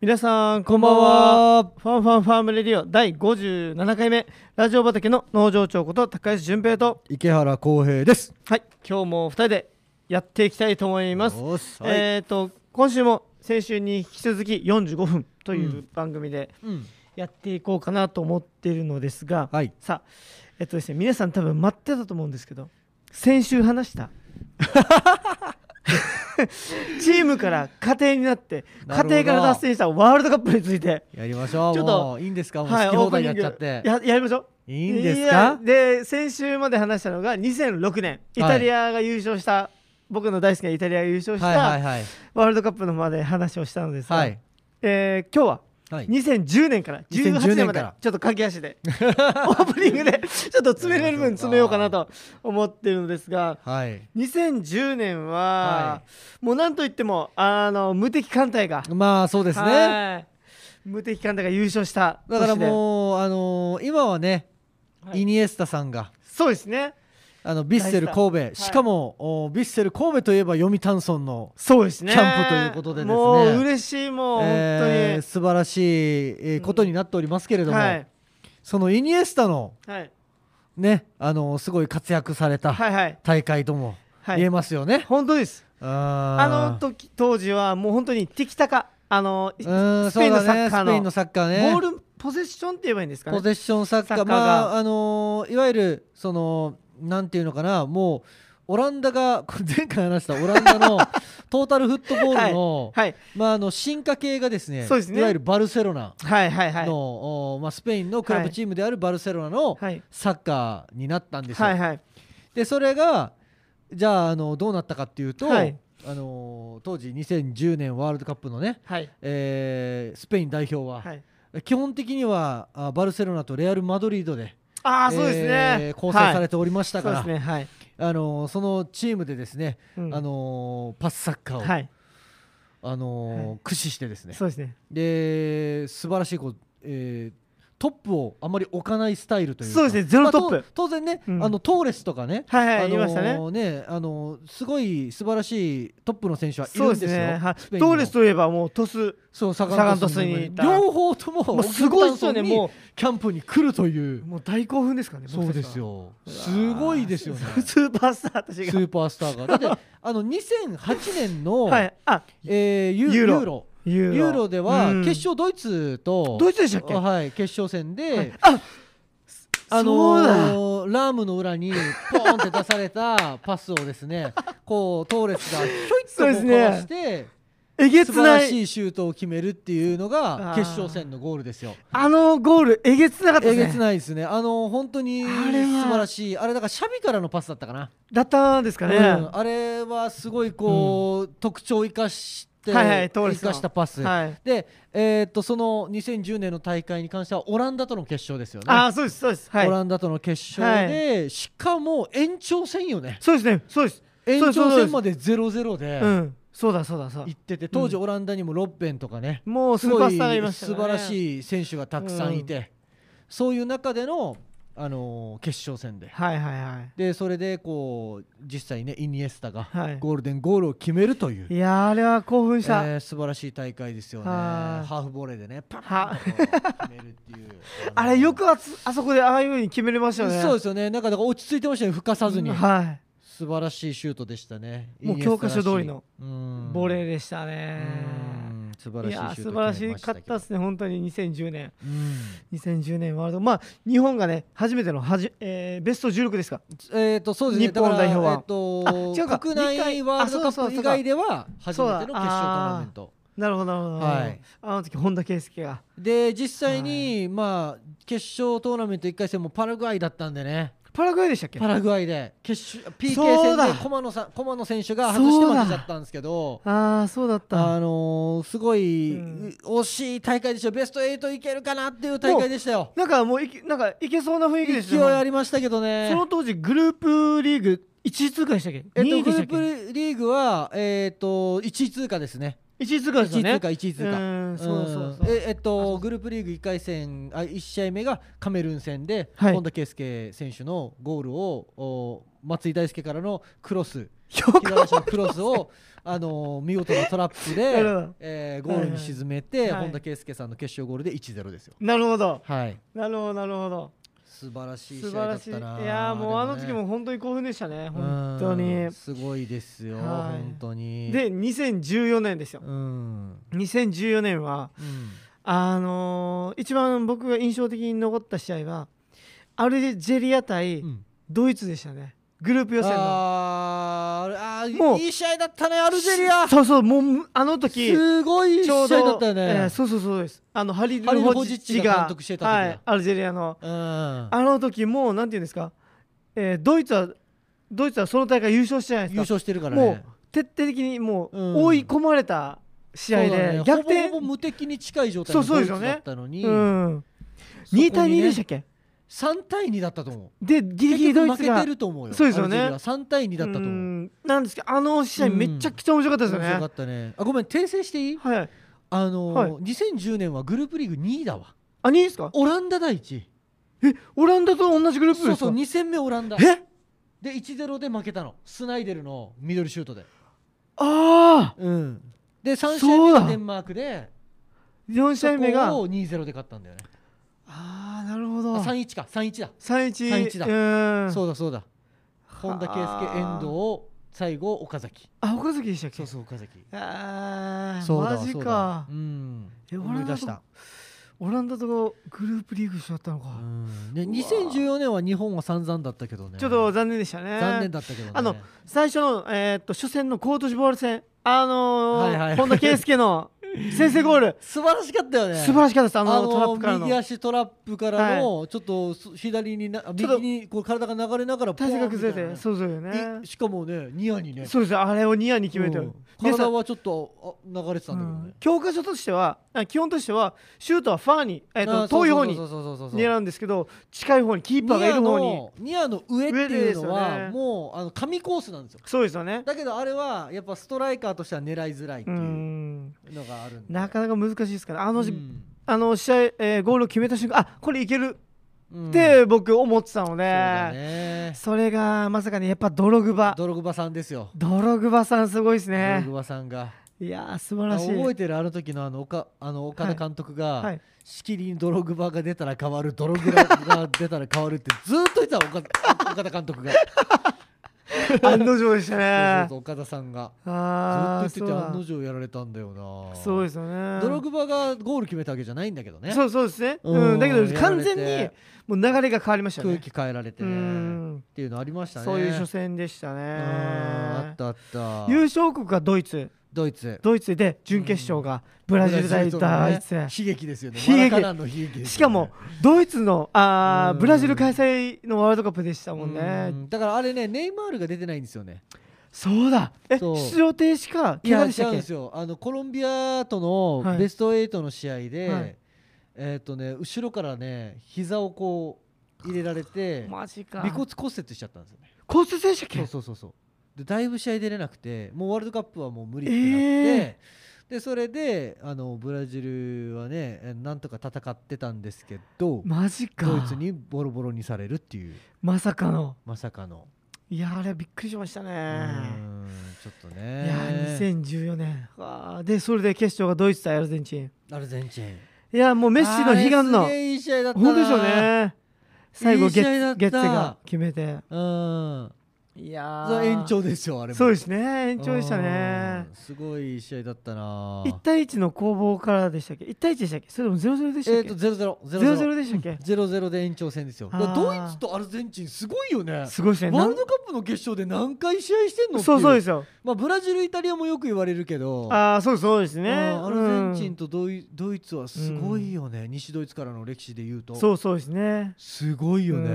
皆さんこんばんはファンファンファームレディオ第57回目ラジオ畑の農場長こと高橋純平と池原康平です。はい今日も2人でやっていきたいと思いますよっしゃいえっ、と今週も先週に引き続き45分といううん番組でうんやっていこうかなと思っているのですが、はいさあえっとですね皆さん多分待ってたと思うんですけど先週話 したチームから家庭になってな家庭るほどから脱線したワールドカップについてやりましょう。ちちょょっっとといいんですか。もう好き放題やっちゃって。ややりましょういいんですやか。で先週まで話したのが2006年イタリアが優勝した、僕の大好きなイタリアが優勝した、はいはいはいワールドカップのまで話をしたのですが、はいえー今日ははい。 2010年から18 2010年年まかでらちょっと駆け足 でオープニングでちょっと詰めれる分詰めようかなと思ってるのですがはい。 2010年ははもうなんといってもあの無敵艦隊がまあそうですね。はい無敵艦隊が優勝しただからうもうあのー今はね、はいイニエスタさんが。そうですねあのヴィッセル大スター神戸しかも、おヴィッセル神戸といえば読谷村の、そうですねキャンプということでですねもう嬉しいもう本当に、えー素晴らしいえーことになっておりますけれども、はいそのイニエスタのはいねあのーすごい活躍されたはいはい大会ともはい言えますよね、本当ですああの時当時はもう本当にティキタカあのスペインうんのサッカーのそうだね、スペインのサッカーねボールポゼッションって言えばいいんですかねポゼッションサッカーサッカーがまああのーいわゆるそのなんていうのかなもうオランダがこれ前回話したオラン ダのトータルフットボールの、はいまあ、あの進化系がですねそうですねいわゆるバルセロナはいはいはいの、おまあ、スペインのクラブチームであるバルセロナのはいサッカーになったんですよ。はいはいでそれがじゃああのどうなったかっていうと、はいあのー当時2010年ワールドカップのね、はいえースペイン代表は、はい基本的にはあバルセロナとレアル・マドリードで、ああそうですえねー構成されてておりましたから、そうですねはいあのーそのチームでですね、うんあのーパスサッカーを、はいあのーはい駆使してですねそうですねで素晴らしいこう、えートップをあまり置かないスタイルというかそうですねゼロトップまあと当然ね、うんあのトーレスとかね、はいはい、あのー言いましたねねあのーすごい素晴らしいトップの選手はいそうるですんですよ。ねはいスペインにもトーレスといえばもうトスそうササガガンン鳥鳥栖栖にいにた両方とももうすごいですよね沖縄もキャンプに来るといううもう大興奮ですかねう僕そたうちではすようわーすごいですよね ススーパースターたちがーパースターが だってあの2008年の、はいあえーユユユーーロロユユーロではうん決勝ドイツと、ドイツでしたっけはい決勝戦で、ああのそうだーラームの裏にポーンって出されたパスをです ねこうトーレスがひそょういですっとこねうかわして、えげ素つ晴ならいしいシュートを決めるっていうのあーが決勝戦のゴールですよ。あのゴールえげつなかったでえすねげつないですね。あの本当にあ素れは晴らしい。あれだからシャビからのパスだったかな。だったんですかね、うんあれはすごいこう、特徴を生かして、はいはいトーレ生スのかしたパス。はいで、えーっとその2010年の大会に関してはオランダとの決勝ですよね。ああそうですそうですはいオランダとの決勝で、しかも延長戦よね。そうですねそうです延そう長そうそう戦まで0-0でうんそうだそうだそうだ行ってて、当時オランダにもロッペンとかね。もうスすーごパーいスターがいました素晴らいしい選手がたくさんいて、そういう中での、あのー決勝戦ではいはいはいでそれでこう実際ねイニエスタがはいゴールデンゴールを決めるという、いやーあれは興奮した、えー素晴らしい大会ですよねはハいーフボレーでねパはッ と決めるっていうあれよくあつあそこでああいう風に決めれましたよねそうですよねなんかだから落ち着いてましたね吹かさずに、は素晴らしいシュートでしたねもうイニエスタらし教科書い通りのうんいボレーでしたねうん素晴らいしいシュやート素晴ら決めしまかたっけどたですね本当に2010年うん2010年ワールドまあ日本がね初めてのはじ、えーベスト16ですかえー、とそうですね日本代表はだからえー、あ違うかと国内ワールドカそうだそうップだ以外では初そうだめての決勝トーナメントなるほどなるほど、はいあの時本田圭佑がで実際に、まあ、決勝トーナメント1回戦もパラグアイだったんでねパラグアイでしたっけパラグアイで決勝 PK そうだ戦で駒野さん駒野選手が外して負けちゃったんですけど。ああそうだったあのーすごうい、ん惜しい大会でしたよベスト8いけるかなっていう大会でしたよなんかもういきなんかいけそうな雰囲気でした勢いねありましたけどねその当時グループリーグ1位通過でしたっけえっ ?2 と、位でグルしたっーけプリーグは、えっと1位通過ですね一位通過で1す位ね通過1位通う過ーんそうそうそんうええっとグループリーグ1回戦あ1試合目がカメルーン戦で、はい本田圭佑選手のゴールをお松井大輔からのクロスよく左足のクロスを、 あのー見事なトラップなるで、ほどえーゴールに沈めて、はいはい本田圭佑さんの決勝ゴールで1-0ですよ。なるほどはい、なるほどなるほど素晴らしい試素合晴だらっしいたいな。やーもうあの時でねも本当に興奮でしたね本当にうんすごいですよ、はい本当に。で2014年ですようん、 2014年はうん、あのー一番僕が印象的に残った試合はアルジェリア対うんドイツでしたねグループ予選のあーあーもういい試合だったねアルジェリアそうそうもうあの時すごいいいち試ょ合うどだったよね、えーそうそうそうですあのハリル・ハリルホジッチがホジッチが監督してた時だはい、アルジェリアのうんあの時もうなんていうんですか、えードイツはドイツはその大会優勝してないです優か勝してるからねもう徹底的にもううん追い込まれた試合で、そうだね逆転ほぼほぼ無敵に近い状態のそうそうでドイすよツねだったのに、うん、2対2でしたっけ、 3対2だったと思うでギリギリドイツ結局負けがてると思うよそうですよね3対2だったと思う、うんなんですけどあの試合めちゃくちゃ面白かったですよ面白かね、ったねあごめん訂正していいはいあのーはい2010年はグループリーグ2位だわあ2位ですかオランダ第1位オランダと同じグループですそかうそう2戦目オランダえで1-0で負けたのスナイデルのミドルシュートでああうん、で3試合そ目うだがデンマークで4試合目がそこを2-0で勝ったんだよねああなるほあど3-1か3-1だ、 3-1 3-1だうんそうだそうだ本田圭佑遠は藤最後岡崎あ岡崎でしたっけそうそう岡崎ああそうだわマジそうだわかうんえ思い出したオランダとグループリーグ一緒だったのか、うんねうわ2014年は日本は散々だったけどねちょっと残念でしたね残念だったけどねあの最初の、えーっと初戦のコートジボワール戦あのーはいはい本田圭佑の先制ゴー ル素晴らしかったよね素晴らししかったですああのトラッのプからの右足トラップからのちょっとす左になちょっと右にこう体が流れながらポーン体勢が崩れみてたいそうそうよなねねいしかもねニアにねそうですあれをニアに決めてうる、んでさ体はちょっとあ流れてたんだけどうねん教科書としてはあ基本としてはシュートはファーに、えーっあとそ遠うい方そにうそうそうそうそう狙うんですけど近い方にキーパーがいる方にニアのニアの上っていう上のですよはねもうあの神コースなんですよそうですよねだけどあれはやっぱストライカーとしては狙いづらいってういうんのがあるんでなかなか難しいですからあうの、んあの試合、えーゴールを決めた瞬間あこれいけるうんって僕思ってたので、そうだねそれがまさかねやっぱドログバドログバさんですよドログバさんすごいですドロねグバさんがいやー素晴らしい覚えてるあの時のあの岡あの岡田監督はがいしきりにドログバが出たら変わるドログバが出たら変わるってずっと言ってた岡岡田監督が 案の定でしたそうそねう そう岡田さんがずっあと言あってて案の定やられたんだよなそうですよねドログバがゴール決めたわけじゃないんだけどねそうそうですね、う、うんんだけどやられて完全にもう流れが変わりましたよ空ね気変えられてうねんっていうのありましたねそういう初戦でしたうんあねったあった優勝国がドイツドイツドイツで準決勝がブラジル対ブドイラジルツとのね悲劇ですよね悲劇マラカナンの悲劇ですよね しかもドイツのあーうんブラジル開催のワールドカップでしたもんうねんだからあれねネイマールが出てないんですよねそうだえそう出場停止かい怪や我違でしたっうんでけすよあのコロンビアとのはいベスト8の試合で、はいえっ、とね後ろからね膝をこう入れられてマジか尾骨骨折しちゃったんですよね骨折でしたっそうけそうそうそうでだいぶ試合出れなくてもうワールドカップはもう無理ってなって、えでそれであのブラジルはねえなんとか戦ってたんですけどマジかドイツにボロボロにされるっていうまさかのまさかの、いやあれはびっくりしましたねうーんちょっといねやー2014年わあでそれで決勝がドイツ対アルゼンチンアルゼンチンいやーもうメッシの悲願あれのすげえいい試合だったな本当ですよね最後いいゲ試合だッったゲッツェが決めてうんいやそれ延長ですよあれもそうですね延長でしたねうんすごいいい試合だったな1対1の攻防からでしたっけ1対1でしたっけそれとも0-0でしたっえっけ、とゼロゼロゼ0-0ロゼロでしたっけゼロゼロで延長戦ですよあだーからドイツとアルゼンチンすごいよねワすごいですねなーんルドカップの決勝で何回試合してんのってそうそうですすよまあブラジルイタリアもよく言われるけどああそうですそうですうんねアルゼンチンととドイドイツはすごいよね西ドイツからの歴史で言うとそうそうですねすごいようね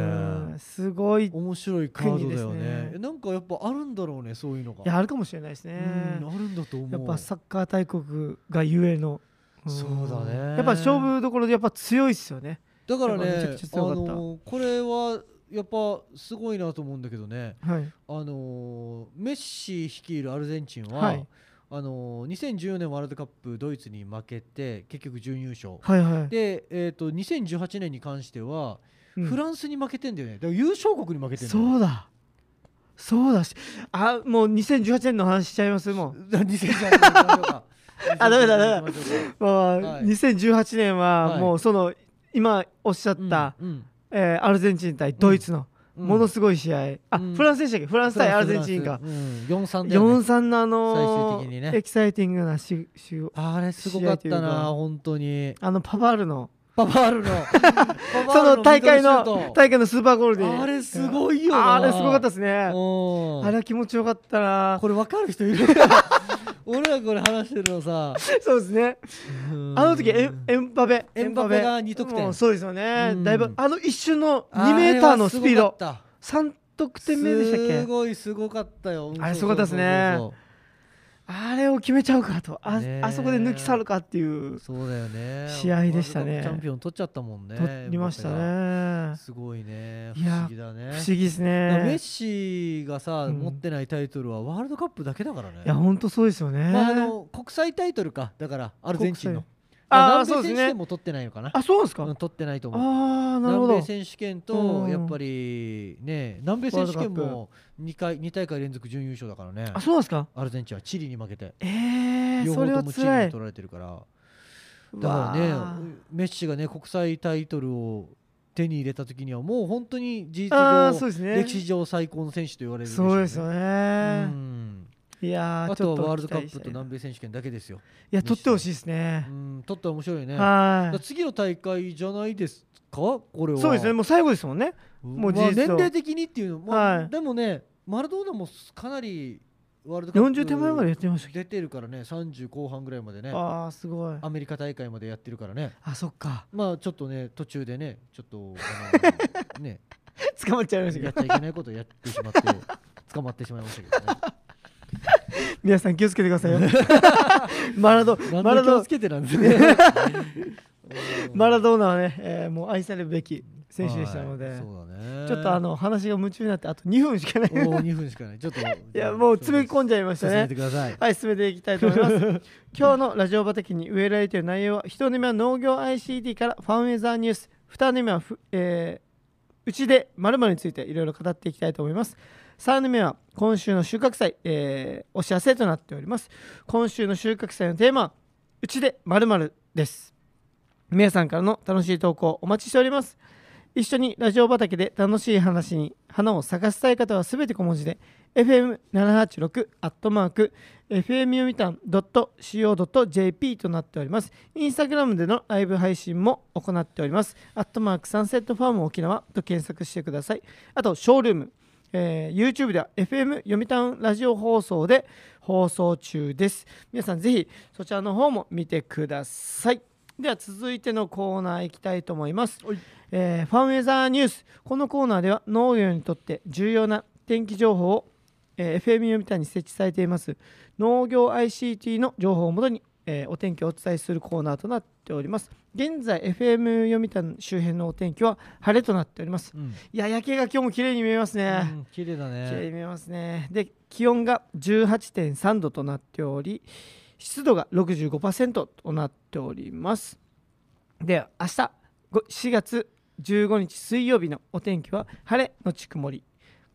んすごいい面白いカードだよ国ですねねなんかやっぱあるんだろうねそういうのがやあるかもしれないですねうん、あるんだと思うやっぱサッカー大国がゆえのんそうだねやっぱ勝負どころでやっぱ強いですよねだからやっぱねめちゃくちゃあ強かったのーこれはやっぱすごいなと思うんだけどねはいあのーメッシ率いるアルゼンチンは、はいあの2014年ワールドカップドイツに負けて結局準優勝はいはいで、えー、と2018年に関しては、うんフランスに負けてんだよねだから優勝国に負けてんだよそうだそうだしあもう2018年の話しちゃいますもうだ2018年行きましょうか あダメだダメだ行きましょうまあ、はい2018年ははいもうその、今おっしゃっかた、うんうんえーアルゼンチン対ドイツのうんものすごい試合、あ、うんフランスでしたっけフランス対アルゼンチンフラかスフランスうん、4-3だよね4-3のあの最終的にーねエキサイティングなししあれすごか試っ合たというなか本当にあのパパールのパパ ールのその大会の大会のスーパーゴールであれすごいよなあれすごかったですねああれは気持ちよかったなこれ分かる人いる 俺らこれ話してるのさそうですね あの時エンエンパベエンバペが二得点もうそうですよねうんだいぶあの一瞬の2メーターのスピードあ3得れ点目でしたっはすけごかったすごいすごかったよあれすごかったですねそうあれを決めちゃうかとあねえあそこで抜き去るかっていうそうそうそうそうだよね試合でしたねワールドカップチャンピオン取っちゃったもんね取りましたエンバペねがすごいねい不や思議だね不思議ですだからメッねシがさ、うん持ってないタイトルはワールドカップだけだからねいや本当そうですよねまあ、あの国際タイトルかだからアルゼンチンの国あまあそうで南米す選手ね権も取ってないのかなあそうなんですかうん取ってないと思うああなるほ南ど米選手権うとんやっぱりね南米選手権ワールも2回二大会連続準優勝だからねあそうなんですかアルゼンチンはチリに負けてえー、両そ方れとはもチ辛リにい取られてるからだわかあらねメッシがね国際タイトルを手に入れた時にはもう本当に事実あーそう上ですね歴史上最高の選手と言われるでしょそうですよね、うんいやーあちょとっはワールドカッ期待プとしたいな南米選手権だけですよいや取ってほしいですねう、ん取ったら面白いねはだからい次の大会じゃないですかこれはそうですねもう最後ですもんねももうう事実年齢的にっていうのも、はいでもねマラドーナもかなりワールドカップ40手前までやってましたっけ出てるからね30後半ぐらいまでねああすごいアメリカ大会までやってるからねあそっかまあちょっとね途中でねちょっと あのね捕まっちゃいまやっしちたゃけいどけないことをやってしまって捕まってしまいました けどね皆さん気をつけてくだ さいよマラドマラ何で気をドつけてなんですね マラドーナはね、えーもう愛されるべき選手でしたので、はいそうだねちょっとあの話が夢中になってあと2分しかないいおー2分しかないちょっといやもう詰め込んじゃいました進ねめてくだ さいはい、進めていきたいと思います。今日のラジオ畑に植えられている内容は、1人目は農業 ICT からファンウェザーニュース、2人目はふ、えーうちで〇〇についていろいろ語っていきたいと思います。3人目は今週の収穫祭、えーお知らせとなっております。今週の収穫祭のテーマは、うちで〇〇です。皆さんからの楽しい投稿お待ちしております。一緒にラジオ畑で楽しい話に花を咲かせたい方はすべて小文字で FM786 アットマーク FM 読みたん .co.jp となっております。インスタグラムでのライブ配信も行っております。アットマークサンセットファーム沖縄と検索してください。あと、ショールーム、えー YouTube では FM 読みたんラジオ放送で放送中です。皆さんぜひそちらの方も見てください。では続いてのコーナー行きたいと思います。えーファンウェザーニュースこのコーナーでは農業にとって重要な天気情報を、えー FM 読みたいに設置されています農業 ICT の情報をもとに、えーお天気をお伝えするコーナーとなっております現在 FM 読みたい周辺のお天気は晴れとなっておりますうんいや夜景が今日も綺麗に見えますね、うん綺麗だ綺麗にね。見えますね。で、気温が18.3度となっており、湿度が65%となっております。で、明日ご4月15日水曜日のお天気は晴れのち曇り、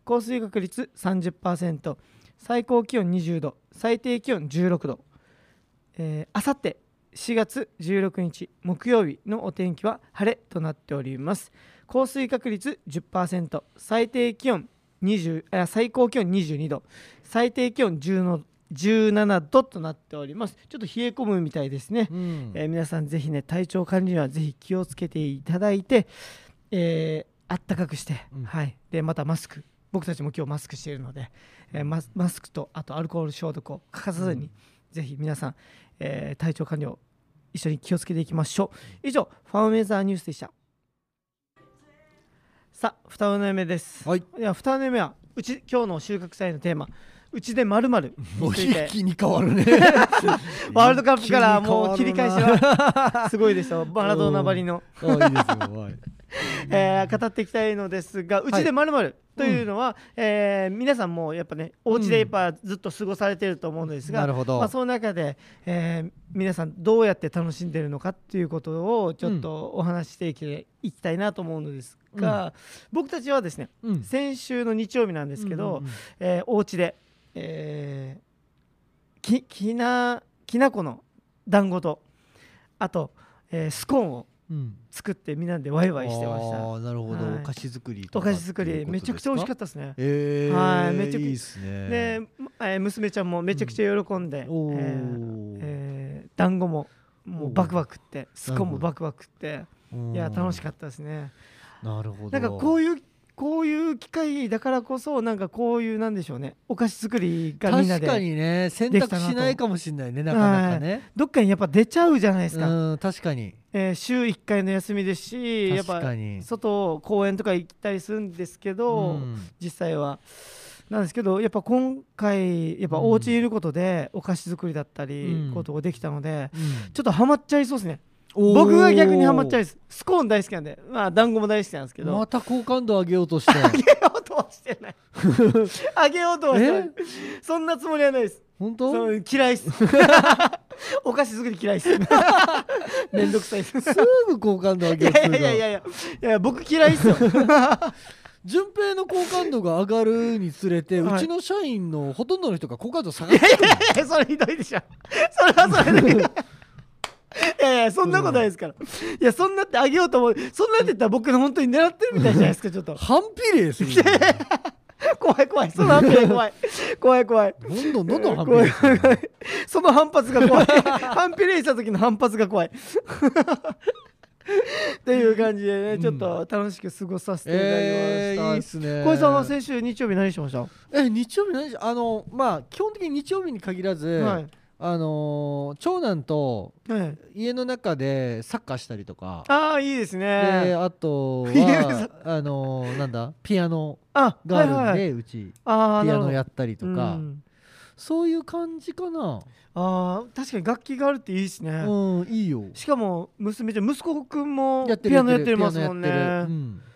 降水確率30%、最高気温20度、最低気温16度。えー、あさって4月16日木曜日のお天気は晴れとなっております降水確率10%最低気温20あ最高気温22度最低気温10の17度となっておりますちょっと冷え込むみたいですね、うんえー皆さんぜひね体調管理にはぜひ気をつけていただいて、えーあったかくして、うんはいでまたマスク僕たちも今日マスクしているので、えーマスマスクとあとアルコール消毒を欠かさずに、うんぜひ皆さん、えー体調管理を一緒に気をつけていきましょう以上ファンウェザーニュースでしたさあ二目目です、はい。いや二目目はうち今日の収穫祭のテーマうちでまるにつ いてに変わるね。 ワールドカップからもう切り返しは。 は すごいでしょマラドーナばりのあいいですよ。はいえー語っていきたいのですがうちでまるまるというのは、えー皆さんもやっぱねお家でやっぱずっと過ごされてると思うんですが、なるほどまあ、その中で、えー皆さんどうやって楽しんでるのかっていうことをちょっとお話ししていきいきたいなと思うのですが、僕たちはですねうんで先週の日曜日なんですけど、えー、お家で、えーききなきなこの団子とあと、えースコーンを作ってみんなでワイワイしてましあたーなるほど、はいお菓子作りとおか菓子作りめちゃくちゃ美味しかっったですねたえー、はいめちゃくちゃいいっすねで、まえー娘ちゃんもめちゃくちゃ喜んで、おお、えーえー団子ももうバクバクってスコーンもバクバクっていや楽しっかったですねたなるほどなんかこいういうこういう機会だからこそなんかこういうなんでしょうねお菓子作りがみんな確かでにね選でき択たなとしないかもしれないねなかなかね、どっかにやっぱ出ちゃうじゃないですか、うん確かにえー週1回の休みですしやっぱ確かに外公園とか行ったりするんですけど、うん実際はなんですけどやっぱ今回やっぱお家にいることでお菓子作りだったうりんことができたので、うんちょっとハマっちゃいそうですねおー僕が逆にハマっちゃいですスコーン大好きなんでまあ団子も大好きなんですけど、また好感度上げようとして あげようとはして ないあげようとはしてないそんなつもりはないです本そ当う嫌 いっすお菓子作り嫌いっす めんどく さいっすすぐ好感度上いげやようとするいやいやいやないやいや僕嫌いっすよ順平の好感度が上がるにつれて、はいうちの社員のほとんどの人が好感度下がってきてるそれひどいでしょそれはそれ でいやいやそんなことないですから、いやそんなってあげようと思うそんなって言ったら僕の本当に狙ってるみたいじゃないですかちょっ と反比例するよね怖い怖いその反発が怖い怖い怖いどんどんどんどん反比怖例いする怖いその反発が怖い反比例した時の反発が怖い っていう感じでね、ちょっと楽しく過ごさせていただえー、いいきまっしたすね小井さんは先週日曜日何してました、え日曜日何しあのまあ基本的に日曜日に限らず、はい、あのー長男とはい、家の中でサッカーしたりとかああいいですでねあと いやはそあのーなんだピアノあがあるんで、はいはいうちあーピなるアほノどやったりとか、うんそういう感じかなあー確かに楽器があるっていいですね、うんいいよしかも娘ちゃん息子くんもやってるピアノやってますピアもノんねやって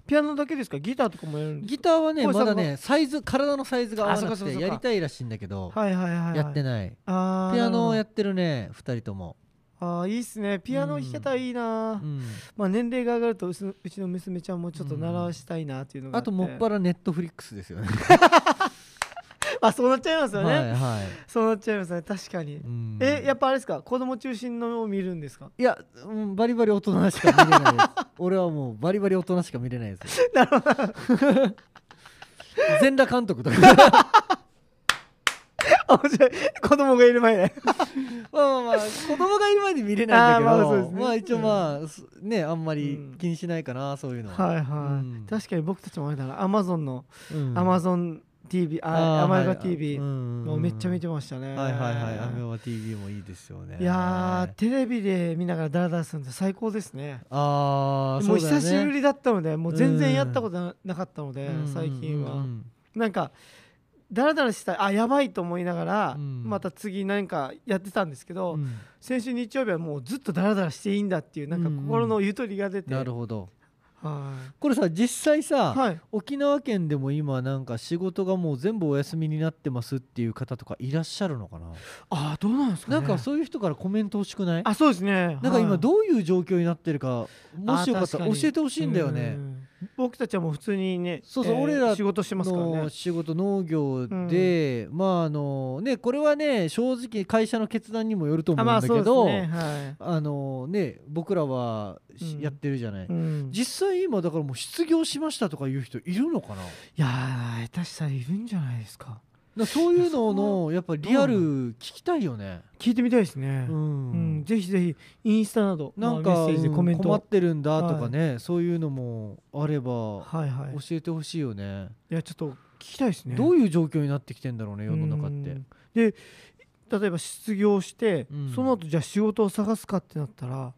ピるア,、うんノだけですかギターとかもやるんですギターはね小ま井さんだねサイズ体のサイズが合わあなそくうかそうてかそうかやりたいらしいんだけど、はいはいはい、はい、やってないあーピアノをやなるってるね2人とも、ほどあーいいっすねピアノ弾けたらいいな、うんまあ年齢が上がるとうすうちの娘ちゃんもちょっと習わしたいなっていうのがああって、ともっぱらネットフリックスですよね。あそうなっちゃいますよね、 はいはい。そうなっちゃいますね確かに、うんえやっぱあれですか子供中心のを見るんですかいや、うんバリバリ大人しか見れな いです。俺はもうバリバリ大人しか見れないです。なるほど 全裸監督とか。まあ面白い子供がいる前でまあまあ、子供がいる前で見れないんだあーまあけそうでど、すねまあ一応まあ、すね、あんまりうん気にしないかな、そういうのは。はいはい、うん確かに僕たちもあれだなアマゾンのうんアマゾン TV あアマゾン TV ももうめっちゃ見てまましたね、はいはいはい、アメマ TV もいいですよね。いやーテレビで見ながらダラダラするの最高ですねあーもうそだよ久しぶねりだったのでもう全然やったことななかったので、うん最近は、うんうんなんかだらだらしたいあやばいと思いながら、うんまた次何かやってたんですけど、うんうん先週日曜日はもうずっとだらだらしていいんだっていうなんかうんうん心のゆとりが出て、なるほど。はこれさ、実際さ、い、はい、沖縄県でも今なんか仕事がもう全部お休みになってますっていう方とかいらっしゃるのかな、ああどうなんですか、ね、なんかそういう人からコメント欲しくないあそうですねなんかは今いどういう状況になってるかもしよかったらあー確教にえてほしいんだよねう。ん僕たちはもう普通にねそうそう俺ら仕事してますからのね仕事農業で、まああのねこれはね正直会社の決断にもよると思うんだけどあ,、そうですねはいのね僕らはしうんやってるじゃない、うんい実際今だからもう失業しましたとかいう人いるのかなやー下手したらいるんじゃないですかだからそういうののやっぱりリアル聞きたいよね。聞いてみたいですね、んうんぜひぜひインスタなどなまんあか、メッセージでコメンうんト、困ってるんだとかね、そういうのもあればはいはい教えてほしいよねいやちょっと聞きたいですねどいういう状況になってきてんだろうね世の中ってで例えば失業して、うんその後じゃあ仕事を探すかってなったら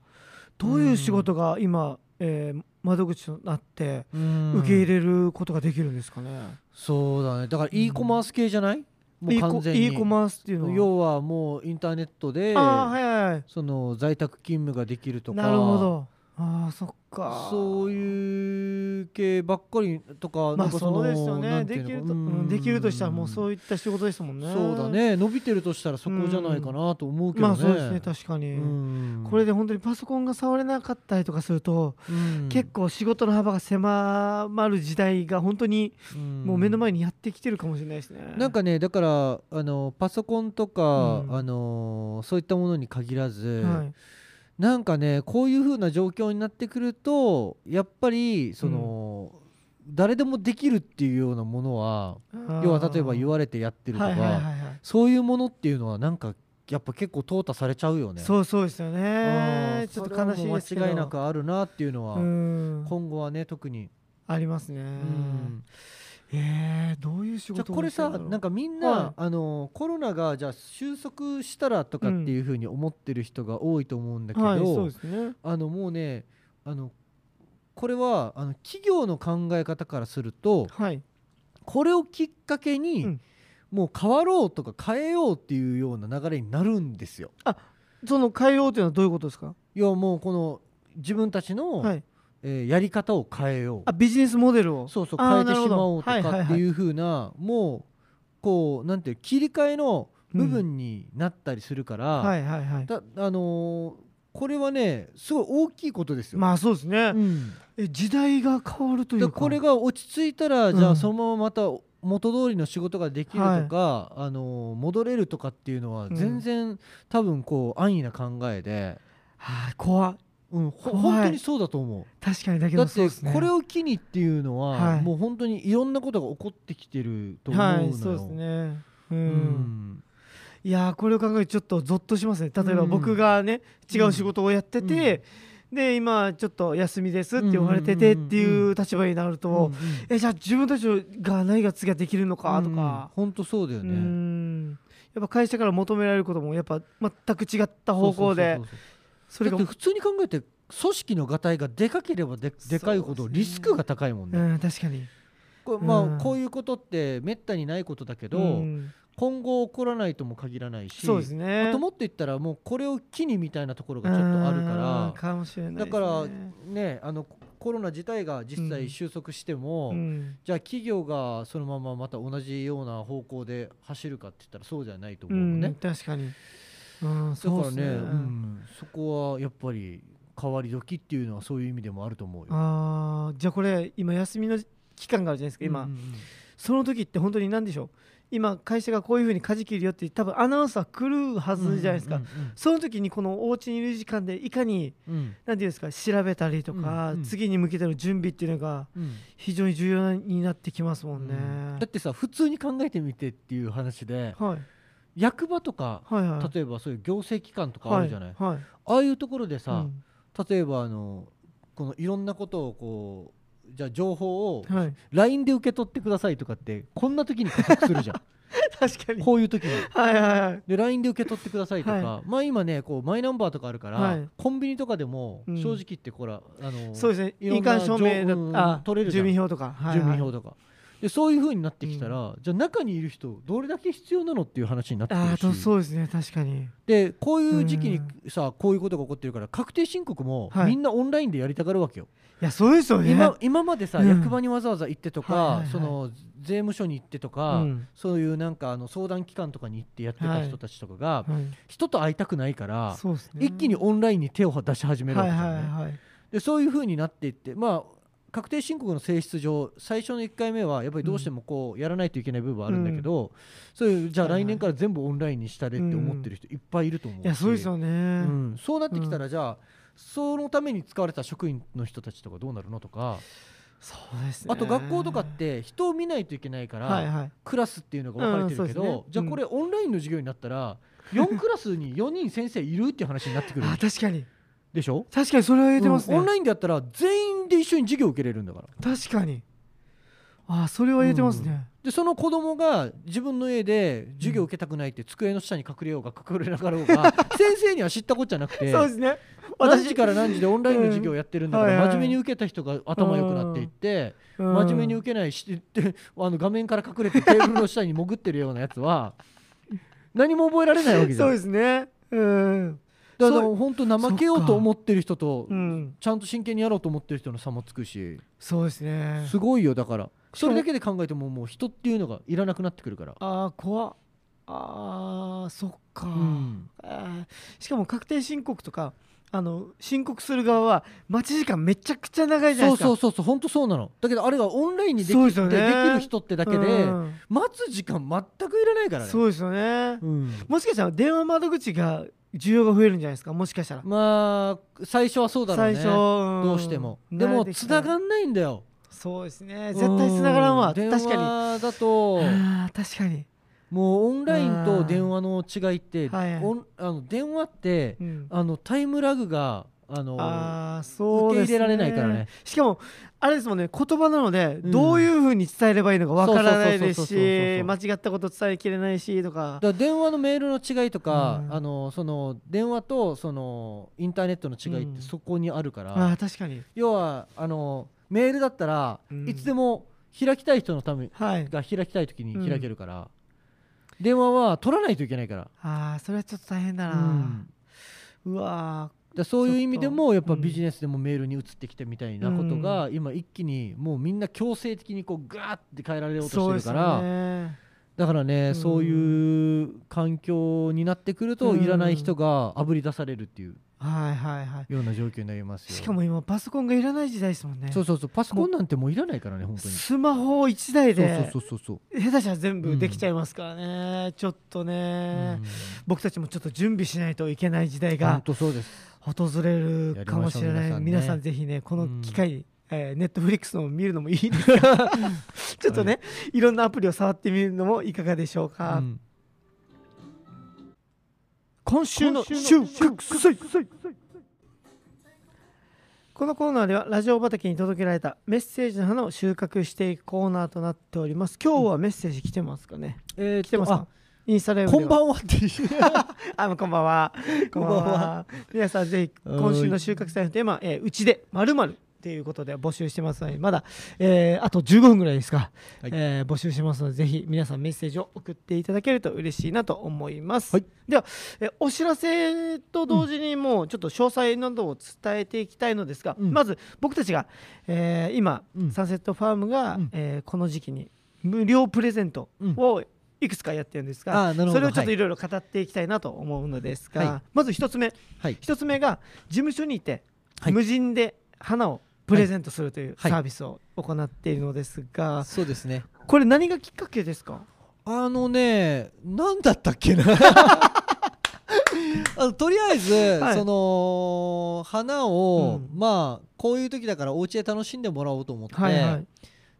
どういう仕事が今、えー窓口となって受受け入れることができるんですかね、そうだねだからうん e コマース系じゃない、もう完全に e コマースっていうのは要はもうインターネットで、ああはいはいその在宅勤務ができるとかなるほど、ああそっかそういう系ばっかりとか、まなあんかそのうですよねなんてでいうきるのと、うかん、できるとしたらもうそうういった仕事でしたもんんねそうだね伸びてるとしたらそこじゃないかなと思うけどまね、あそうですね確かに、うんこれで本当にパソコンが触れなかったりとかすると、うん結構仕事の幅が狭まる時代が本当にもう目の前にやってきてるかもしれないですね、なんかねだからあのパソコンとか、うんあのそういったものに限らず、はい、なんかねこういう風な状況になってくるとやっぱりその、誰でもできるっていうようなものは要は例えば言わわれてやってるとか、はいはいはいはいそういうものっていうのはなんかやっぱ結構淘汰されちゃうよね。そうそうですようんねちょっと悲しいですそけどれはもう間違いなくあるなっていうのは、うん今後はね特に。ありますね、うんえー、どういう仕じゃ事あこれさなんかかみんな、はいあのコロナがじゃあ収束したらとかっていうふうに思ってる人が多いと思うんだけど、はいそうですねあのもうねあのこれはあの企業の考え方からするとはいこれをきっかけに、うんもう変わろうとか変えようっていうような流れになるんですよ。その変えようというのはどういうことですかいやもうこの自分たちの、はいえーやり方を変えようあビジネスモデルをそうそうあー変えてしまおうとなるほどかっていう風な、もうこうなんていう切り替えの部分になったりするから、はいはいはいだあのーこれはねすごい大きいことですよ。まあそうですね、うんえ時代が変わるといでうかこれがが落ち着いたら、じゃうあんそのまままた元通りの仕事ができるとか、あのー戻れるとかっていうのはうん全然、多分こう安易な考えで、はあ怖いうん、ほ怖い本当にそうだと思う。確かにだけだどっそうてですねこれを機にっていうのは、はいもう本当にいろんなことが起こってきてると思うのよ。はいそうですねうん、うんいやーこれを考えるとちょっとゾッとしますね例えばうん僕がね、違う仕事をやってて、で今ちょっと休みですって言われててっていう立場になると、うんうんえじゃあ自分たちが何が次ができるのかとか、本当そうだようね。んやっぱ会社から求められることもやっぱ全く違った方向でそうそうそそうそうれだがって普通に考えて組織のがたいがでかければででかいほどリスクが高いもんね。うん確かにこれまあうんこういうことってめったにないことだけど、うん今後起こらないとも限らないしそうですねあともっと言ったらもうこれを機にみたいなところがちょっとあるうんかかもしれないらだですねからねあのコロナ自体が実う際ん収束しても、うんじゃあ企業がそのまままた同じような方向で走るかって言ったらそうじゃないとう思うのね。ん確かにうんだそかうらですねねうん、そこはやっぱり変わり時っていうのはそういう意味でもあると思うよ。あーじゃあこれ今休みの期間があるじゃないですか今、うんうんうんその時って本当に何でしょう今会社がこういうふうに舵切るよって多分アナウンサー来るはずじゃないですか、うんその時にこのお家にいる時間でいかにうんうん何ていうんですか調べたりとか、うんうん次に向けての準備っていうのがうん非常に重要になってきますもうんんね、だってさ普通に考えてみてっていう話ではい、役場とかはいはい例えばそういう行政機関とかあるじゃない、はいはいああいうところでさ、うん例えばあのこのいろんなことをこうじゃあ情報をはい LINE で受け取ってくださいとかってこんな時に加速するじゃ ん確かにこういう時に。はいはいはいで LINE で受け取ってくださいとか、はまあ今ねこうマイナンバーとかあるから、はいコンビニとかでもうん正直言ってこら、あのそうですねいろん印な鑑証明だ情うんあ取れるじ住ゃん民票とか、はいはい住民票とか、でそういう風になってきたら、じゃあ中にいる人どれだけ必要なのっていう話になってあくーとるしそうですね確かにでこういう時期にさこういうことが起こってるから確定申告もはいみんなオンラインでやりたがるわけよ。いやそうですよね今今までさ、うん役場にわざわざ行ってとか、はいはいはいその税務署に行ってとうか、んそういうなんかあの相談機関とかに行ってやってた人たちとかが、はい人と会いたくないから。そうですね一気にオンラインに手を出し始めるわはけいですはよね、いはいでそういうふうになっていってまあ確定申告の性質上最初の1回目はやっぱりどうしてもこうやらないといけない部分はあるんだけど、そういうじゃあはいはい来年から全部オンラインにしたれって思ってる人いっぱいいると思うしいやそうですよね、うんそうなってきたらじゃあ、そのために使われた職員の人たちとかどうなるのとかそうですねあと学校とかって人を見ないといけないから、はいはいクラスっていうのが分かれてるけど、うんそうですねじゃあこれオンラインの授業になったら4クラスに4人先生いるっていう話になってくる あ確かにでしょ確かにそれは言えてますね、うんオンラインでやったら全員で一緒に授業を受けれるんだから確かにあそれは言えてますね、でその子供が自分の家で授業を受けたくないって机の下に隠れようが隠れなかろうが 先生には知ったこっちゃなくてそうですね何時から何時でオンラインの授業をやってるんだかうんはいらはい真面目に受けた人が頭良くなっていって真面目に受けないしってあの画面から隠れてテーブルの下に潜ってるようなやつは何も覚えられないわけけじゃそうんですねうんだからそう本当怠けようと思ってる人とうんちゃんと真剣にやろうと思ってる人の差もつくしそうですねすごいよだからしかそもれだけで考えてももう人っていうのがいらなくなってくるから、ああ怖っあーそっか、うんあーしかも確定申告とかあの申告する側は待ち時間めちゃくちゃ長いじゃないそうですかそうそうそう本当そうなのだけどあれがオンラインにでそうできすよてねできる人ってだけでうん待つ時間全くいらないからねそうですよね、うんもしかしたら電話窓口が需要が増えるんじゃないですかもしかしたら、まあ最初はそうだろ最うね初、んどうしても慣れでもてきた繋がんないんだよそうですね絶対繋がらんわう確電かに話だとあー確かに、もうオンラインと電話の違いってあーはいオンあの電話ってうんあのタイムラグがあのあーそうです、ね、受け入れられないからねしかもあれですもんね言葉なので、うんどういうふうに伝えればいいのかわからないでそすうそうそうそうそうし間違ったこと伝えきれないしとかだから電話のメールの違いとか、うんあのその電話とそのインターネットの違いっうんてそこにあるから、あー確かに要はあのメールだったら、うんいつでも開きたい人のためはいが開きたい時に開けるから、電話は取らないといけないから,あーそれはちょっと大変だうん、な、うわだからそういう意味でもやっうぱんビジネスでもメールに移ってきたみたいなことが、今一気にもうみんな強制的にこうガーって変えられよーうとしそてうでるすかよら、ねだからうね、んそういう環境になってくると、うんいらない人があぶり出されるっていうはいはいはいような状況になりますよしかも今パソコンがいらない時代ですもんねそうそうそうパソコンなんてもういらないからね本当にスマホ1台でそうそうそうそう下手したら全部できちゃいますからね、ちょっとそう、ね、うん僕たちもちょっと準備しないといけない時代本が当そうです訪れるかもしれない、やりましょう皆さんね皆さんぜひねこの機会に、えネットフリックスのを見るのもいいですがちょっとね、い、ろんなアプリを触ってみるのもいかがでしょうか、うん今週の収穫祭このコーナーではラジオ畑に届けられたメッセージの花を収穫していくコーナーとなっております今日はメッセージ来てますかね、えー、来てますかインスタライあブでこはんばんはっていう あこんばんは。こんばんは皆さんぜひ今週の収穫祭のテーマ、えーうちでまるまるということで募集してますので、まだ、えーあと15分ぐらいですか、はいえー募集してますので、ぜひ皆さんメッセージを送っていただけると嬉しいなと思います。はいでは、えーお知らせと同時にもうちょっと詳細などを伝えていきたいのですが、うんまず僕たちが、えー今、うんサンセットファームが、うんえーこの時期に無料プレゼントをいくつかやってるんですが、あーなるほどそれをちょっとはいいろいろ語っていきたいなと思うのですが、はまず一つ目はい一つ目が事務所にいて、はい無人で花をプレゼントするというはいサービスを行っているのですが、そうですねこれ何がきっかけですかあのねなんだったっけな あのとりあえず、はいその花を、うんまあこういう時だからお家で楽しんでもらおうと思って、はいはい、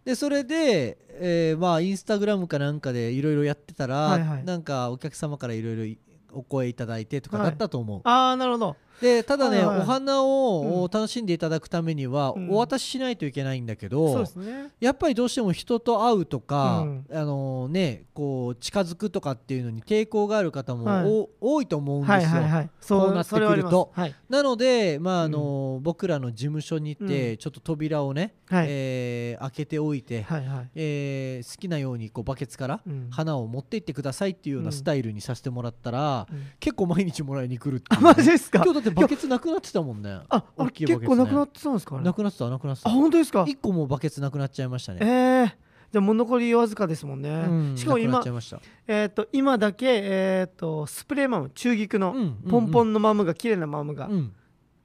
でそれで、えーまあインスタグラムかなんかでいろいろやってたら、はいはいなんかお客様からいろいろお声いただいてとかはいだったと思う、ああなるほどでただね、はいはいお花を、うんお楽しんでいただくためには、うんお渡ししないといけないんだけそうどですねやっぱりどうしても人と会うとか、うんあのねこう近づくとかっていうのに抵抗がある方も、はいお多いと思うんですよ、はいはいはいこうなってそれはありますくるとはいなので、まああの僕らの事務所に行って、うちょっと扉をね、はい、えー開けておいて、はいはいえー好きなようにこうバケツからうん花を持って行ってくださいっていうよううんなスタイルにさせてもらったら、うん結構毎日もらいに来るってい あうね、マジですか今日だってバケツなくなってたもんねああ大れきいバケ結ツね構なくなってたんですかあれなくなってたなくなってあた本当ですか一個もうバケツなくなっちゃいましたえね、ー、じゃあもう残りわずかですもんね、うんしかもなく今なっちゃいましたえー、と今だけ、えー、とスプレーマム中菊のうんポンポうんンのマムが綺麗なマムが、うん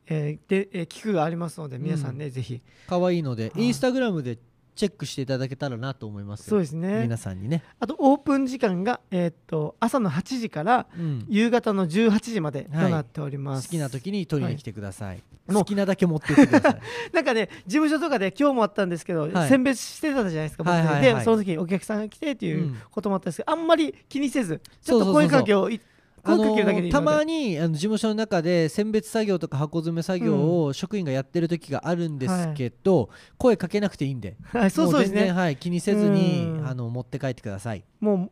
えーで、えー菊がありますので皆さんね、ぜひ可愛いのではいインスタグラムでチェックしていただけたらなと思いますそうよですね皆さんにね、あとオープン時間が、えー、と朝の8時からうん夕方の18時までとなっておりま好す、きな時に取りに来てください、い好きなだけ持ってってくださいなんかね事務所とかで今日もあったんですけど、はい選別してたじゃないですか、僕はいはいはいでその時お客さんが来てっていううんこともあったんですけど、あんまり気にせずちょっそうそうとそうそう声かけをいあ声のかけるだけでいーいのたでまにあの事務所の中で選別作業とか箱詰め作業を職員がやってる時があるんですけど、声かけなくていいんではいそうそうですも全然ねはい、気にせずにうんあの持って帰ってください。もう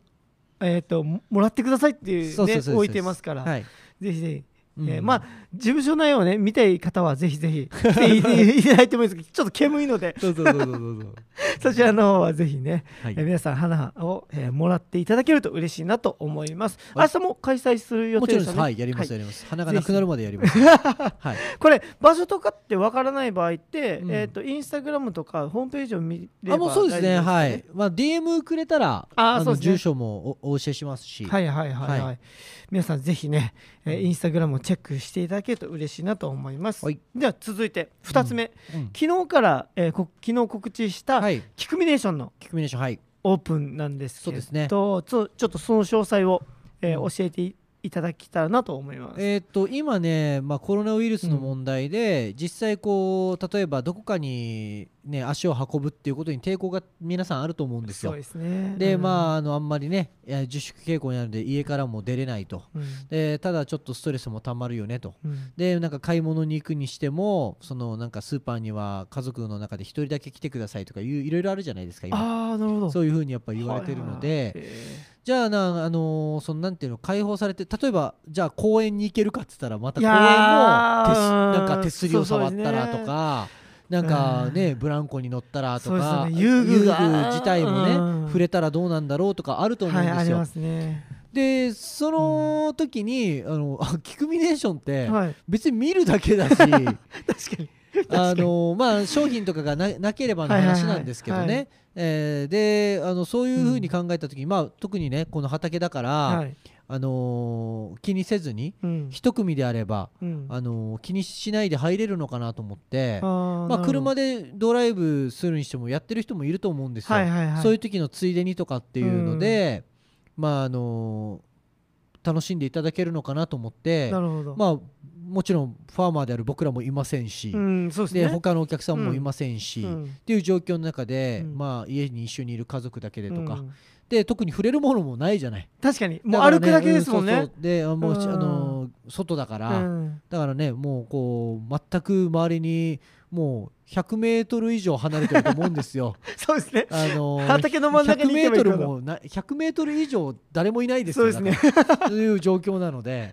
えー、ともらってくださいっていう,、ね、そうそうそうそう置いてますから、はいぜひぜひうんえーまあ事務所内を ね見たい方はぜひぜひ来ていいただいてもいいですけどちょっと煙いのでそうそうそうそうそうそちらの方はぜひね、は いえー皆さん花を、えーもらっていただけると嬉しいなと思います、はい明日も開催する予もち定ろですよんです。ねはい、やります、はやります。花がぜなひくなるまでや ります。はい。これ場所とかってわからない場合って、うんえっ、とインスタグラムとかホームページを見ればあ、もうそうです大ね。丈夫はよい。まあ DM くれたら、あーのそうですね住所もおお教えしますし。はいはいはいはい、は皆さんぜひね、えーうんインスタグラムをチェックしていただけると嬉しいなと思います、はいでは続いて2つ目、うん昨日から、えーこ昨日告知した、はい。キクミネーションのキクミネーションはい。オープンなんですけそうどですねちょちょっとその詳細を、えーうん教えていいただけたらなと思います、えーっと今ね、まあ、コロナウイルスの問題で、実際こう例えばどこかに、ね、足を運ぶっていうことに抵抗が皆さんあると思うんですそうよで。すねでまあ、ああのあんまりねえー自粛傾向にあるので家からも出れないとうんでただちょっとストレスもたまるよねとうんでなんか買い物に行くにしてもそのなんかスーパーには家族の中で1人だけ来てくださいとかいういろいろあるじゃないですか今ああなるほどそういうふうにやっぱ言われてるので、はいはいはいえじゃあなあのーそのなんていうの解放されて例えばじゃあ公園に行けるかっつったらまたい公園やも手ーすなんか手すりをそうそ触うっですねたらとか。なんかね、ブランコに乗ったらとか、そうですよね遊具が自体もね、うん触れたらどうなんだろうとかあるとー思うんはいあですりよ。ますねでその時に、あの あキクミネーションって、はい別に見るだけだし 確かにあのまあ商品とかがななければの話なんですけどはいはいはいねえーであのそういうふうに考えた時に、まあ、特にねこの畑だから、はいあのー気にせずにうん一組であれば、うんあのー気にしないで入れるのかなと思ってあーまあ、なるほど車でドライブするにしてもやってる人もいると思うんですよ、はいはいはいそういう時のついでにとかっていうので、まああのー楽しんでいただけるのかなと思ってなるほど、まあ、もちろんファーマーである僕らもいませんし、うんそうですねで他のお客さんもいませんし、うっんていう状況の中で、うんまあ、家に一緒にいる家族だけでとか、うんで特に触れるものもないじゃない。確かにもだうから歩ねくだけですもんうそねうそうであもう、うんあの外だから、うんだからねもうこう全く周りにもう100メートル以上離れてると思うんで すよ。そうですねあの畑の真ん中に100行メけーばいトいかルらもな100メートル以上誰もいないですそうよですねだからという状況なので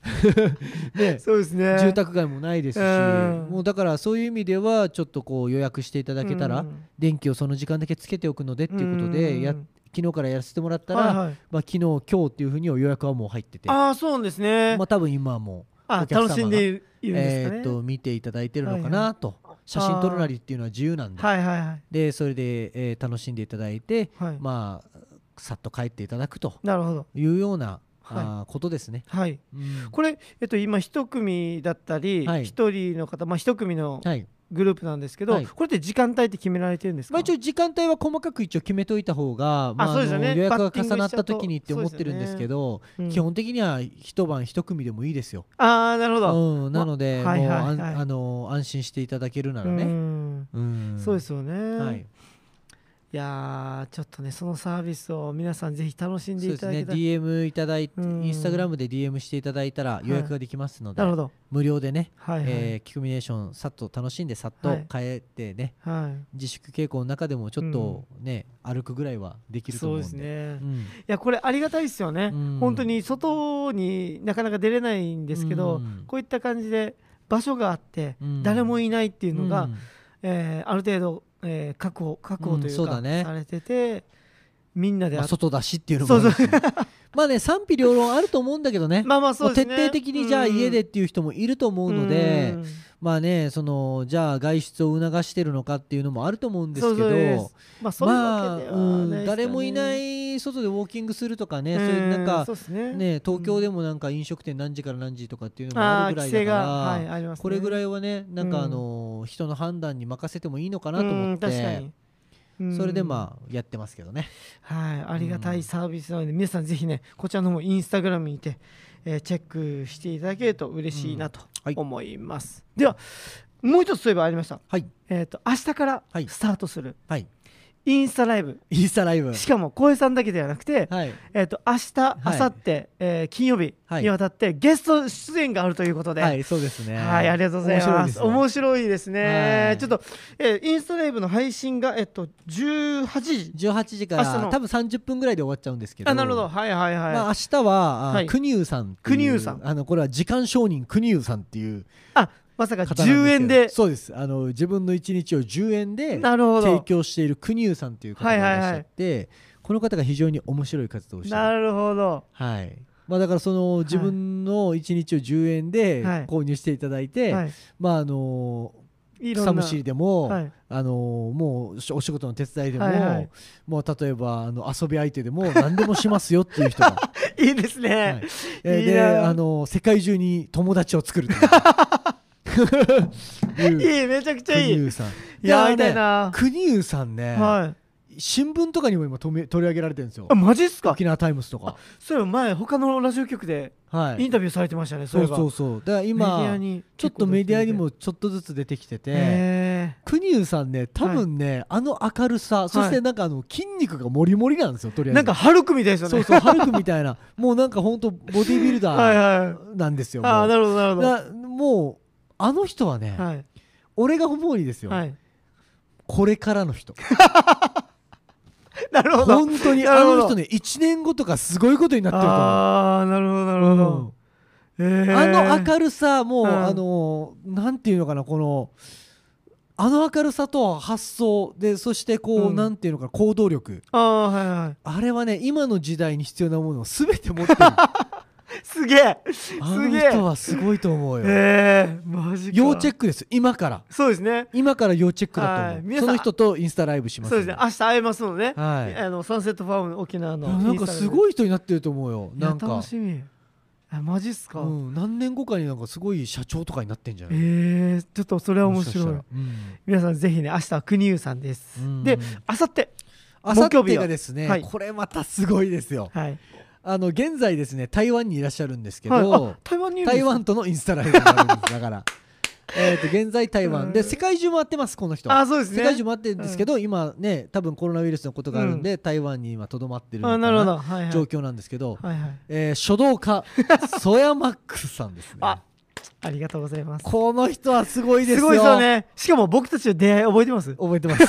ねそうですね住宅街もないですし、うんもうだからそういう意味ではちょっとこう予約していただけたら、うん電気をその時間だけつけておくのでっていうことで、やうん昨日からやらせてもらったら、はいはいまあ、昨日今日っていうふうに予約はもう入ってて、まああそうなんですね、あ、多分今はもあお客様が、楽しんでいるいうるんですえかね、ーっと見ていただいてるのかなと、写真撮るなりっていうのは自由なんで,、はいはいはいでそれで、えー楽しんでいただいて、はい、まあさっと帰っていただくとなるほどいうような、はいあーことですね。はいうんこれ、えっと、今一組だったり一、はい人の方、まあ、一組のはいグループなんですけど、はいこれって時間帯って決められてるんですか、まあ、一応時間帯は細かく一応決めといた方が、まあ、そうですよねあの予バッ約ティがング重なっしちゃうたと時にって思ってるんですけどうん基本的には一晩一組でもいいですよ、ああなるほど、うん、なので、まあはいはいはいもうあんあの安心していただけるなうらね、んうんそうですよね、はいい、、やーちょっとねそのサービスを皆さんぜひ楽しんそうでいですただねけたら、 DM いただいてうんインスタグラムで DM していただいたら予約ができますので、なるほど無料でね、はいはい、えーキクミネーションさっと楽しんでさっとはい帰ってね、は自粛傾向の中でもちょっとね、歩くぐらいはできい、ると思そううんでですね、いうんやこれありがたいですよね、うん本当に外になかなか出れないんですけど、うんこういった感じで場所があって、うん誰もいないっていうのが、うんえーある程度、えー確保確保といううんそうか、だねされててみんなでまああ外だしっていうのもあるしそうまあね賛否両論あると思うんだけどね まあまあそもううで徹すね底的にじゃあ家でっていう人もいると思うので、うんまあねそのじゃあ外出を促してるのかっていうのもあると思うんですけどそうですまあそういうまわあ、けではうないですかねん、誰もいない外でウォーキングするとかね、うそういうなんかそうですねね東京でもなんか飲食店何時から何時とかっていうのもああーるぐら規いだ制かが、ら、はい、ありますねこれぐらいいはねなんうんかあのー人の判断に任せてもいいのかなと思って、確かにうんそれでまあやってますけどね。はい、ありがたいサービスなので、皆さんぜひね、こちらの方もインスタグラムにて、えーチェックしていただけると嬉しいなとはい思います。では、もう一つそういえばありました。はいえっ、と、明日からはいスタートするはいインスタライブ。インスタライ ブ。しかも、浩平さんだけではなくて、はいえっ、と、明日、い明後日、えー金曜日はいにわたってゲスト出演があるということで、はいそうですね。はい、ありがとうございます。面白面いですね白いですね。はいちょっと、えーインスタライブの配信が、えっと、18時。 18時か明日らの多分30分ぐらいで終わっちゃうんですけど。あ、なるほど。はいはいはい。まあ、明日は、あはいクニューさんっていうクニューさんあのこれは時間商人クニューさんっていうあ、まさか方なんですけど10円でそうですあの自分の1日を10円でなるほ提ど供しているクニューさんという方がいらっしゃって、この方が非常に面白い活動をしていなるるほどはいまあ、だからその自分の1日を10円ではい購入していただいて、はいまああのいろんな草むしりでも、はい あのもうしお仕事の手伝いでも、はいはいもう例えばあの遊び相手でも何でもしますよってい う人が、いいですね、はいえーいいでなあの世界中に友達を作る と いういういいめちゃくちゃクいニいューさんやいりやたねいな、クニューさんね、はい新聞とかにも今とめ取り上げられてるんですよあマジっすか沖縄タイムスとか、そういえば前他のラジオ局ではい、インタビューされてましたね、そそうういえばそうそうだからメディア今にちょっとメディアにもちょっとずつ出てきてて、へクニューさんね多分ね、あの明るさそしてなんかあの筋肉がもりもりなんですよとりーあえずなんかハルクみたいですよねそうそうハルクみたいなもうなんか本当ボディービル はいダはいーなんですよああもなるほどなるうほどだもうあの人はね、はい俺が思うにですよ、はい これからの人なるほど本当になあるほどの人ね1年後とかすごいことになってると思うああなるほどなるほうんど、へーあの明るさもうう、んあのなんていうのかなこのあの明るさと発想でそしてこう、うんなんていうのかな行動力ああはいはいあれはね今の時代に必要なものを全て持ってるあすげえのげえ人はすごいと思うよ、ええマジか要チェックックです今からそうですね今から要チェックだと思う、はい皆さそんの人とインスタライブしますそうですね明日会えますもんね、はいあのサンセットファーム沖縄のなんかすいごい人になってると思うよなんいやか楽しみあマジっすか、うん、何年後かになんかすごい社長とかになってんじゃないえー、ちょっとそれは面もしかした白いらうん皆さんぜひね明日は国生さんです、うんで明後日あ木さ曜日はってがですね、はいこれまたすごいですよ。はい、あの現在ですね台湾にいらっしゃるんですけど、はい、あ台湾にいるんですか台湾とのインスタライブがあるんです だからえーと現在台湾うでん世界中回ってますこの人あそうですね世界中回ってるんですけど、今ね多分コロナウイルスのことがあるんで、台湾に今とどまってるのあかなるほどなはいはい状況なんですけど、はいはいえー書道家ソヤマックスさんですねあありがとうございますこの人はすごいですよすごいですよねしかも僕たちの出会い覚えてます覚えてます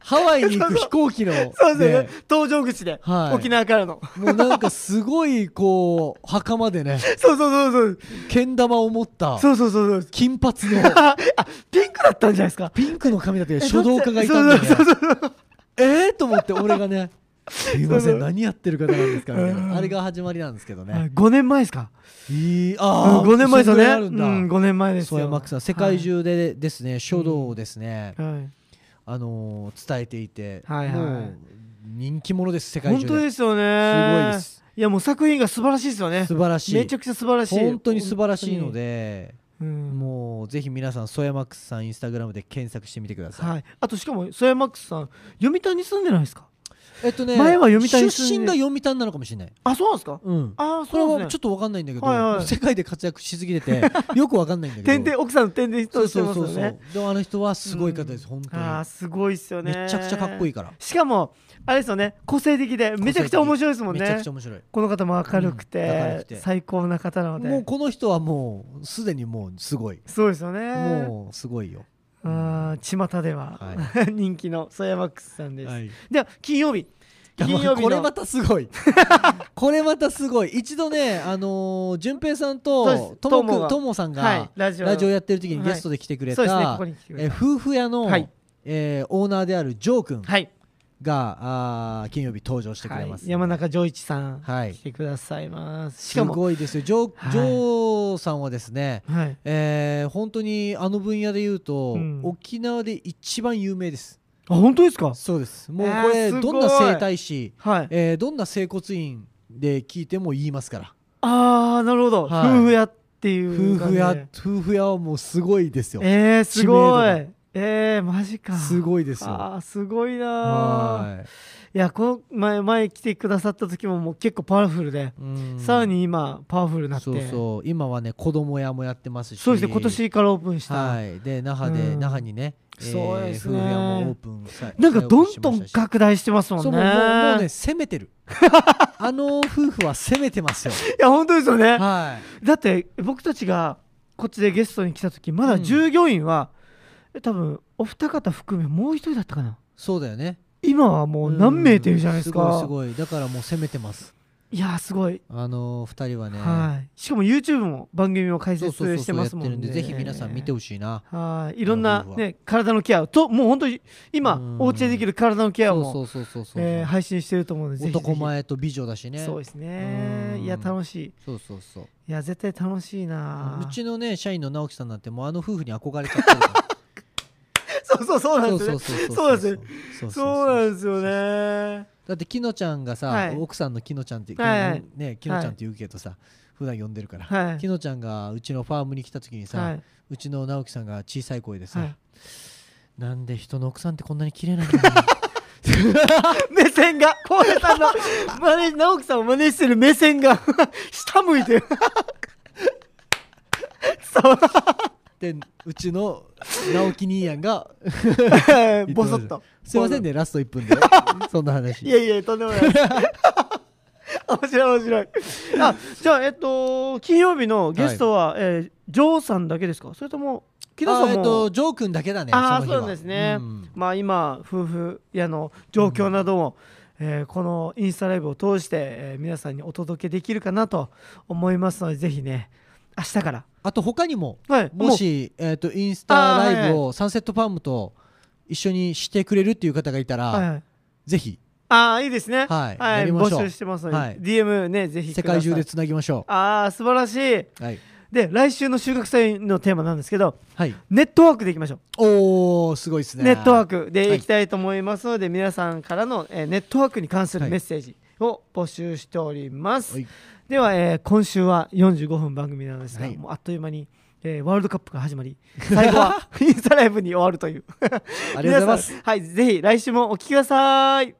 ハワイに行く飛行機の そうですよねね搭乗口で、はい沖縄からのもうなんかすごいこう袴でねそうそうそうけん玉を持ったそうそうそうそうそう金髪の ああピンクだったんじゃないですかピンクの髪だけで書道家がいたんだよねそうそうえーと思って俺がね「すいませそうん何やってる方なんですか」みたいうんなあれが始まりなんですけどはいね5年前ですかいいああ5年前ですよねあるんだうん5年前ですソよヤマックさん世界中でですね書道をですねはいはいあのー伝えていてはいはいもう人気者です世界本中当ですすよねすごいですいやもう作品が素晴らしいですよね素晴らしめいちゃくちゃ素晴らしい本当に素晴らしいので本当にうんもうぜひ皆さんソヤマックスさんインスタグラムで検索してみてくださいはいあとしかもソヤマックスさん読谷に住んでないですかえっとね前は読谷に住んで出身が読谷なのかもしれないあそうなんですかうんああこそれうなんはですねちょっと分かんないんだけど、はいはい世界で活躍しすぎて てよく分かんないんだけど点々奥さんの点々そとうしてそうますそようそう、ねでもあの人はすごい方です、本当にああすごいっすよねめちゃくちゃかっこいいから、しかもあれですよね個性的でめちゃくちゃ面白いですもんめちゃねくちゃ面白いこの方も明るくうん明るてくて最高な方なのもうでこの人はもうすでにもうすごい、そうですよねもうすごいよあー巷では、は 人気のソヤマックスさんです、はいでは金曜日いや金 曜日のこれまたすごいこれまたすごい一度ねあのー順平さんそうですとととももくがんともさんが、はいラジオラジオやってる時にはいゲストで来てくれた、そうですねここに来てくれえたー夫婦屋の、はいえーオーナーであるジョー君はい、があー金曜日登場してくれます、はい山中丈一さん、はい来てくださいますしすかもごいですよジョ,、はいジョーさんはですね、はい、えー本当にあの分野で言うと、うん沖縄で一番有名ですあ本当ですかそうですもうえこーれ、すごいどんな整体師、はいえーどんな整骨院で聞いても言いますからああなるほど、はい夫婦屋っていう夫感婦じで屋夫婦屋はもうすごいですよえー、すごい知名えー、マジかすごいですよあーすごいなーはいやこの前前来てくださった時ももう結構パワフルで、いうんさらに今パワフルになってそうそう今はね子供屋もやってますしそうですね今年からオープンした、はい、で那覇で、うん那覇にね、そうですね夫婦屋もオープンさなんかどんどしんましたし拡大してますもんそね。うもうもうもうね攻め てるあの夫婦は攻めてますよいや本当ですよね。はいだって僕たちがこっちでゲストに来た時まだうん従業員は、え多分お二方含めもう一人だったかな。そうだよね今はもう何名というじゃないですか。うんすごいすごいだからもう攻めてますいやーすごい、あの2人はね、はいしかも YouTube も番組を開そう設そうそうしてそうやまっすてもんるねんで、ぜひ皆さん見てほしいな。はいいろんななるほどね体のケアをともう本当に今うんお家でできる体のケアそうそもうそうそうそう、えー配信してると思うのでぜひぜひ男前と美女だしね。そうですねうんいや楽しいそうそうそう。いや絶対楽しいなうちのね社員の直樹さんなんてもうあの夫婦に憧れちゃってるか そうそう そうら。なんですよねそうそそううなんですよそうそうそうなんですよ。ねだってきのちゃんがさ、はい奥さんのきのちゃんって、はいはいねきのちゃんって言うけどさ、普段呼んでるから、はいきのちゃんがうちのファームに来た時にさ、はいうちの直樹さんが小さい声でさ、はいなんで人の奥さんってこんなに綺麗なんだろ 目線が浩平さんの真似直樹さんを真似してる目線が 下向いてる そううってうちの直樹兄やんがボソッとすいませんねラスト1分で そんな話いやいやとんで もないです面白い面白いあじゃあえっと金曜日のゲストは、えージョーさんだけですかそれとも木田さんあもえっとジョー君だけだねあーの日はそうなんですねんまあ、今夫婦屋の状況なども、えーこのインスタライブを通して、えー皆さんにお届けできるかなと思いますのでぜひね明日から、あと他にもはい、もうし、えー、とインスタライあーブをサンセットパームと一緒にしてくれるっていう方がいたら、はいはいぜひああいいですねはいはやい、りま募しょう集してますので、はい DM ねぜひく世ださい界中でつなぎましょ。ああ素晴らしいうはい、で来週の収穫祭のテーマなんですけどはい、ネットワークでいきましょうおーすごいですね。ネットワークはでいいきたいと思いますので、皆さんからの、えーネットワークに関するメッセージを募集しております、はいでは、えー今週は45分番組なんですが、はいもうあっという間に、えーワールドカップが始まり最後はインスタライブに終わるというありがとうございます。皆さんはいぜひ来週もお聞きください